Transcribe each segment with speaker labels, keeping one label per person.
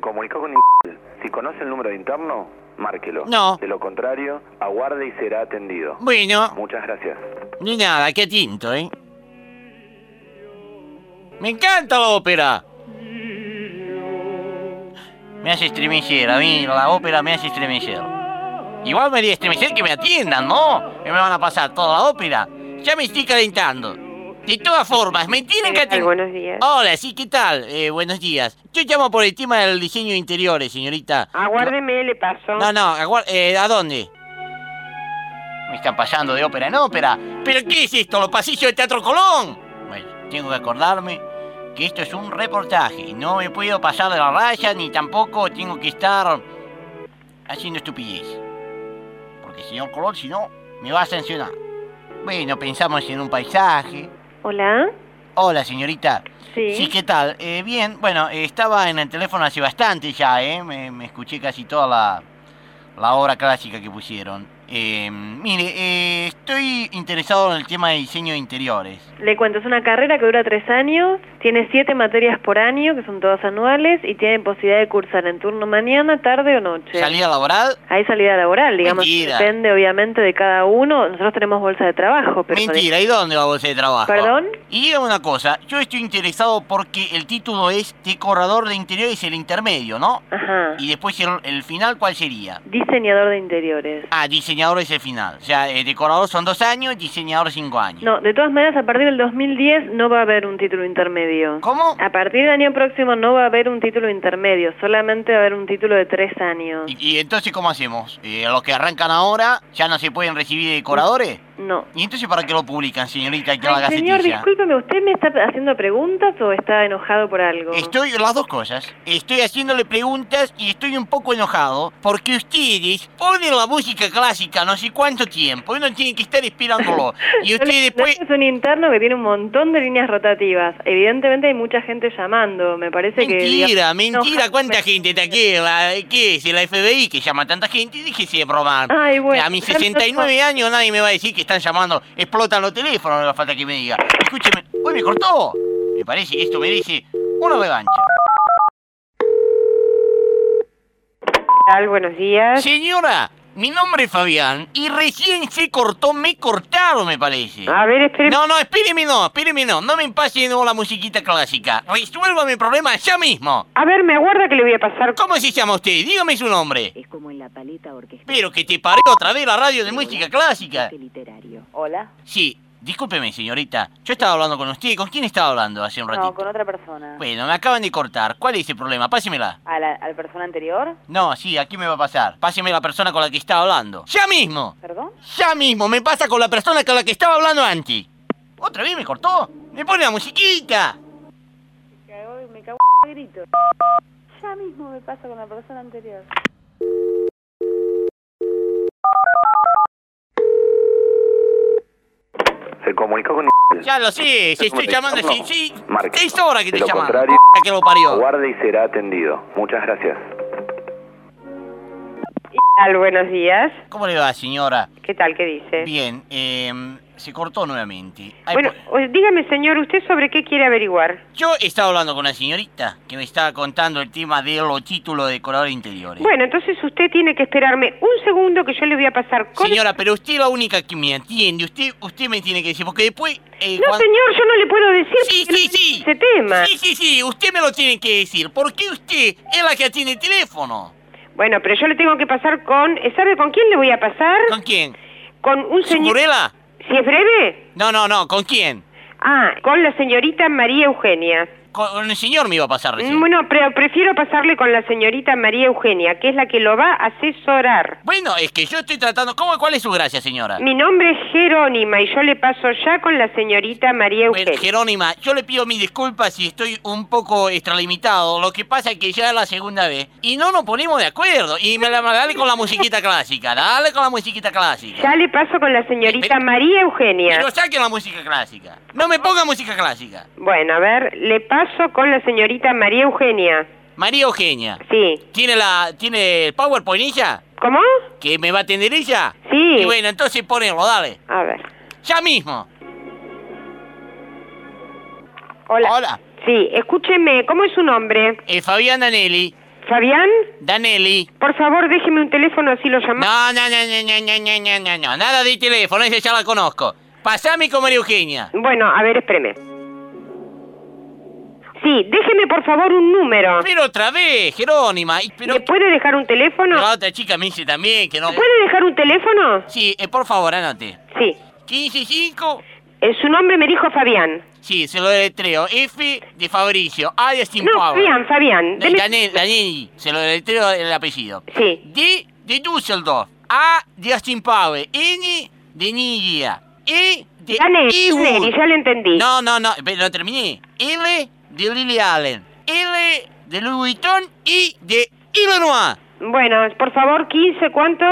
Speaker 1: comunicó con Si conoce el número de interno, márquelo.
Speaker 2: No.
Speaker 1: De lo contrario, aguarde y será atendido.
Speaker 2: Bueno,
Speaker 1: Muchas gracias.
Speaker 2: ni nada, qué tinto, ¿eh? Me encanta la ópera. Me hace estremecer, a mí la ópera me hace estremecer. Igual me haría estremecer que me atiendan, ¿no? Que me van a pasar toda la ópera. Ya me estoy calentando. De todas formas, me tienen que
Speaker 3: ¿Qué tal?
Speaker 2: atender.
Speaker 3: Buenos días.
Speaker 2: Hola, sí, ¿qué tal? Eh, buenos días. Yo llamo por el tema del diseño de interiores, señorita.
Speaker 3: Aguárdeme, le paso.
Speaker 2: No, no, aguar- eh, ¿a dónde? Me están pasando de ópera en ópera. ¿Pero qué es esto? ¿Los pasillos del Teatro Colón? Bueno, tengo que acordarme que esto es un reportaje. No me puedo pasar de la raya ni tampoco tengo que estar haciendo estupidez. Porque señor Colón, si no, me va a sancionar. Bueno, pensamos en un paisaje.
Speaker 3: Hola.
Speaker 2: Hola, señorita.
Speaker 3: Sí.
Speaker 2: Sí, ¿qué tal? Eh, bien, bueno, eh, estaba en el teléfono hace bastante ya, ¿eh? Me, me escuché casi toda la, la obra clásica que pusieron. Eh, mire, eh, estoy interesado en el tema de diseño de interiores.
Speaker 3: Le cuento, es una carrera que dura tres años, tiene siete materias por año, que son todas anuales, y tiene posibilidad de cursar en turno mañana, tarde o noche.
Speaker 2: ¿Salida laboral?
Speaker 3: Hay salida laboral, digamos,
Speaker 2: Mentira.
Speaker 3: depende obviamente de cada uno. Nosotros tenemos bolsa de trabajo, pero...
Speaker 2: Mentira, ¿y dónde la bolsa de trabajo?
Speaker 3: ¿Perdón?
Speaker 2: Y dígame una cosa, yo estoy interesado porque el título es Decorador de Interiores, el intermedio, ¿no?
Speaker 3: Ajá.
Speaker 2: Y después el- el final, ¿cuál sería?
Speaker 3: Diseñador de interiores.
Speaker 2: Ah, diseñador es el final. O sea, eh, decorador son dos años, diseñador cinco años.
Speaker 3: No, de todas maneras, a partir del 2010 no va a haber un título intermedio.
Speaker 2: ¿Cómo?
Speaker 3: A partir del año próximo no va a haber un título intermedio, solamente va a haber un título de tres años.
Speaker 2: Y, y entonces cómo hacemos? Eh, los que arrancan ahora ya no se pueden recibir de decoradores.
Speaker 3: No.
Speaker 2: ¿Y entonces para qué lo publican, señorita, que la
Speaker 3: Ay, señor,
Speaker 2: gacetilla?
Speaker 3: discúlpeme, ¿usted me está haciendo preguntas o está enojado por algo?
Speaker 2: Estoy las dos cosas. Estoy haciéndole preguntas y estoy un poco enojado porque ustedes ponen la música clásica no sé cuánto tiempo. Uno tiene que estar esperándolo. Y
Speaker 3: No le-
Speaker 2: ustedes
Speaker 3: no
Speaker 2: después...
Speaker 3: Es un interno que tiene un montón de líneas rotativas. Evidentemente hay mucha gente llamando. Me parece que.
Speaker 2: Mentira,
Speaker 3: digamos,
Speaker 2: mentira,
Speaker 3: no,
Speaker 2: cuánta
Speaker 3: me-
Speaker 2: gente está aquí, la- ¿qué es? La FBI que llama a tanta gente, déjese de bromar.
Speaker 3: Ay, bueno.
Speaker 2: A mis 69 años nadie me va a decir que están llamando, explotan los teléfonos, no hace falta que me diga. Escúcheme, hoy me cortó. Me parece que esto merece una revancha.
Speaker 3: ¿Qué tal? Buenos días.
Speaker 2: Señora, mi nombre es Fabián y recién se cortó, me cortaron, me parece.
Speaker 4: Ah,
Speaker 3: A ver, espere.
Speaker 2: No, no, espéreme no, espéreme no, no me pase de nuevo la musiquita clásica. Resuelva mi problema ya mismo.
Speaker 3: A ver, me aguarda que le voy a pasar.
Speaker 2: ¿Cómo se llama usted? Dígame su nombre.
Speaker 5: Es como en la paleta orquestal.
Speaker 2: Pero que te paré otra vez la radio de música clásica.
Speaker 5: Literario.
Speaker 4: Hola.
Speaker 2: Sí, discúlpeme, señorita. Yo estaba hablando con usted. ¿Con quién estaba hablando hace un ratito?
Speaker 4: No, con otra persona.
Speaker 2: Bueno, me acaban de cortar. ¿Cuál es el problema? Pásemela.
Speaker 4: ¿A la, a la persona anterior?
Speaker 2: No, sí, aquí me va a pasar. Páseme la persona con la que estaba hablando. ¡Ya mismo!
Speaker 4: ¿Perdón?
Speaker 2: ¡Ya mismo! Me pasa con la persona con la que estaba hablando antes. ¿Otra vez me cortó? ¡Me pone la musiquita!
Speaker 4: Me cago en grito. Ya mismo me pasa con la persona anterior.
Speaker 1: Se comunicó con
Speaker 2: Ya lo sé, si estoy
Speaker 1: ¿Cómo te
Speaker 2: llamando... Sí,
Speaker 1: llamo?
Speaker 2: sí,
Speaker 1: Marque.
Speaker 2: seis horas que
Speaker 1: De
Speaker 2: estoy
Speaker 1: lo
Speaker 2: llamando.
Speaker 1: contrario-
Speaker 2: p- que lo parió.
Speaker 1: Aguarde y será atendido. Muchas gracias.
Speaker 3: ¿Qué tal? Buenos días.
Speaker 2: ¿Cómo le va, señora?
Speaker 3: ¿Qué tal? ¿Qué dice?
Speaker 2: Bien, eh, se cortó nuevamente. Ay, pues.
Speaker 3: Bueno,
Speaker 2: po-
Speaker 3: o- dígame, señor, ¿usted sobre qué quiere averiguar?
Speaker 2: Yo estaba hablando con una señorita que me estaba contando el tema de los títulos de decorador de interiores.
Speaker 3: Bueno, entonces usted tiene que esperarme un segundo que yo le voy a pasar con...
Speaker 2: Señora, pero usted es la única que me atiende. Usted, usted me tiene que decir, porque después... eh,
Speaker 3: No,
Speaker 2: cuando-
Speaker 3: señor, yo no le puedo decir
Speaker 2: Sí,
Speaker 3: porque
Speaker 2: sí,
Speaker 3: no
Speaker 2: sí.
Speaker 3: ese tema.
Speaker 2: Sí, sí, sí. Usted me lo tiene que decir. Porque usted es la que atiende el teléfono.
Speaker 3: Bueno, pero yo le tengo que pasar con... ¿Sabe con quién le voy a pasar?
Speaker 2: ¿Con quién?
Speaker 3: Con un señor...
Speaker 2: ¿Segurela?
Speaker 3: ¿Si es breve?
Speaker 2: No, no, no. ¿Con quién?
Speaker 3: Ah, con la señorita María Eugenia.
Speaker 2: Con, con el señor me iba a pasar recién.
Speaker 3: Bueno, pero prefiero pasarle con la señorita María Eugenia, que es la que lo va a asesorar.
Speaker 2: Bueno, es que yo estoy tratando... ¿Cómo, ¿Cuál es su gracia, señora?
Speaker 3: Mi nombre es Jerónima y yo le paso ya con la señorita María
Speaker 2: Bueno,
Speaker 3: Eugenia.
Speaker 2: Jerónima, yo le pido mis disculpas si estoy un poco extralimitado. Lo que pasa es que ya es la segunda vez y no nos ponemos de acuerdo. Y me la dale con la musiquita clásica, dale con la musiquita clásica.
Speaker 3: Ya le paso con la señorita
Speaker 2: Pero-
Speaker 3: María Eugenia.
Speaker 2: Pero saquen la música clásica. No me ponga música clásica.
Speaker 3: Bueno, a ver, le paso con la señorita María Eugenia.
Speaker 2: María Eugenia,
Speaker 3: Sí.
Speaker 2: ¿tiene la tiene el PowerPoint ella?
Speaker 3: ¿Cómo?
Speaker 2: ¿Que me va a atender ella?
Speaker 3: Sí.
Speaker 2: Y bueno, entonces ponelo, dale.
Speaker 3: A ver.
Speaker 2: Ya mismo.
Speaker 3: Hola.
Speaker 2: Hola.
Speaker 3: Sí, escúcheme, ¿cómo es su nombre?
Speaker 2: Eh, Fabián Danelli.
Speaker 5: Fabián,
Speaker 2: Danelli.
Speaker 5: por favor déjeme un teléfono así lo llamamos.
Speaker 2: No, no, no, no, no, no, no, no, no, no, nada de teléfono, esa ya la conozco. Pasame con María Eugenia.
Speaker 5: Bueno, a ver, espéreme. Sí, déjeme por favor un número.
Speaker 2: Pero otra vez, Jerónima. y- Pero
Speaker 5: ¿Le puede dejar un teléfono?
Speaker 2: la otra chica me dice también que no...
Speaker 5: ¿Puede dejar un teléfono?
Speaker 2: Sí, eh, por favor, anote.
Speaker 5: Sí.
Speaker 2: 155.
Speaker 5: Eh, su nombre me dijo Fabián.
Speaker 2: Sí, se lo deletreo. F de Fabricio, A de Steam
Speaker 5: No,
Speaker 2: Power.
Speaker 5: Fabián, Fabián.
Speaker 2: Da-
Speaker 5: deme-
Speaker 2: Daniel, Daniel, se lo deletreo el apellido.
Speaker 5: Sí.
Speaker 2: D de Düsseldorf, A de Austin Power, N de Nidia, E de
Speaker 5: Daniel,
Speaker 2: Ewood.
Speaker 5: Daniel, ya le entendí.
Speaker 2: No, no, no, pero no terminé. L de Lily Allen, L de Louis Vuitton y de Illinois.
Speaker 5: Bueno, por favor, 15, ¿cuánto?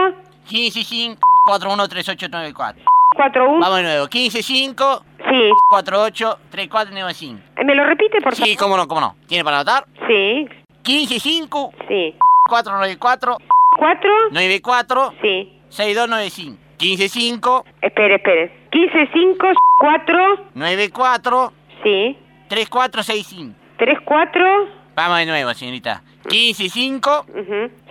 Speaker 2: 15 413894
Speaker 5: 41.
Speaker 2: Vamos de nuevo, 15 5
Speaker 5: Sí.
Speaker 2: 48 3495.
Speaker 5: Eh, ¿Me lo repite, por
Speaker 2: Sí, cómo no, cómo no. ¿Tiene para anotar?
Speaker 5: favor? Sí,
Speaker 2: 15 5
Speaker 5: sí.
Speaker 2: 494
Speaker 5: ¿Cuatro?
Speaker 2: 94
Speaker 5: Sí.
Speaker 2: 6295. 15 5
Speaker 5: Espere, espere. 15, 5, 4.
Speaker 2: 94
Speaker 5: Sí.
Speaker 2: 3465.
Speaker 5: 3, 4.
Speaker 2: Vamos de nuevo, señorita. 15 5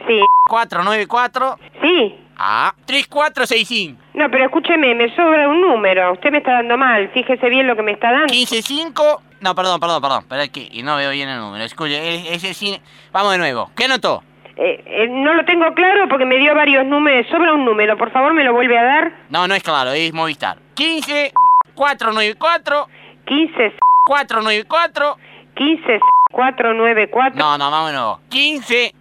Speaker 5: Sí.
Speaker 2: 494
Speaker 5: Sí.
Speaker 2: a 3465.
Speaker 5: No, pero escúcheme, me sobra un número. Usted me está dando mal. Fíjese bien lo que me está dando.
Speaker 2: 15-5. No, perdón, perdón, perdón. Pero es que y no veo bien el número. Escuche, ese cine. Vamos de nuevo. ¿Qué anotó?
Speaker 5: Eh, eh, no lo tengo claro porque me dio varios números. Sobra un número. Por favor, me lo vuelve a dar.
Speaker 2: No, no es claro, es Movistar. 15 494
Speaker 5: 15,
Speaker 2: 494.
Speaker 5: 15, 4, 9, 4.
Speaker 2: No, no, vamos de nuevo. 15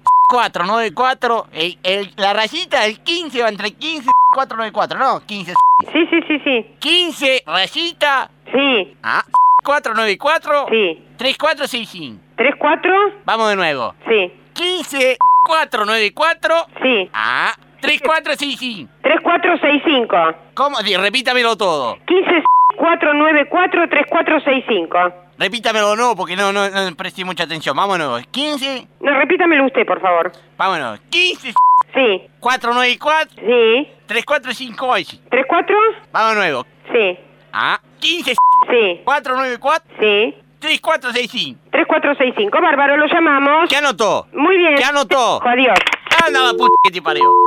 Speaker 2: 494. El, el- la rayita del 15 va entre 15 494. No, 15
Speaker 5: Sí, sí, sí, sí.
Speaker 2: 15 rayita.
Speaker 5: Sí,
Speaker 2: Ah, 494.
Speaker 5: sí.
Speaker 2: 3465.
Speaker 5: 3, 4.
Speaker 2: Vamos de nuevo.
Speaker 5: Sí,
Speaker 2: 15 494.
Speaker 5: sí.
Speaker 2: Ah, 3465.
Speaker 5: 3, 4, 6, 5.
Speaker 2: ¿Cómo? Di- Repítamelo todo.
Speaker 5: 15, 4, 9, 4, 3, 4, 6, 5.
Speaker 2: Repítamelo no, porque no, no, no presté mucha atención. Vámonos. 15,
Speaker 5: No, repítamelo usted, por favor.
Speaker 2: vámonos. 15,
Speaker 5: Sí,
Speaker 2: 494,
Speaker 5: sí.
Speaker 2: 3458.
Speaker 5: 3, 4.
Speaker 2: Vamos de nuevo.
Speaker 5: Sí,
Speaker 2: Ah, 15,
Speaker 5: sí,
Speaker 2: 494,
Speaker 5: sí.
Speaker 2: 3465.
Speaker 5: 3, 4, 6, 5. Bárbaro, lo llamamos.
Speaker 2: ¿Qué anotó?
Speaker 5: Muy bien.
Speaker 2: ¿Qué anotó?
Speaker 5: Adiós.
Speaker 2: Anda la puta que te parió.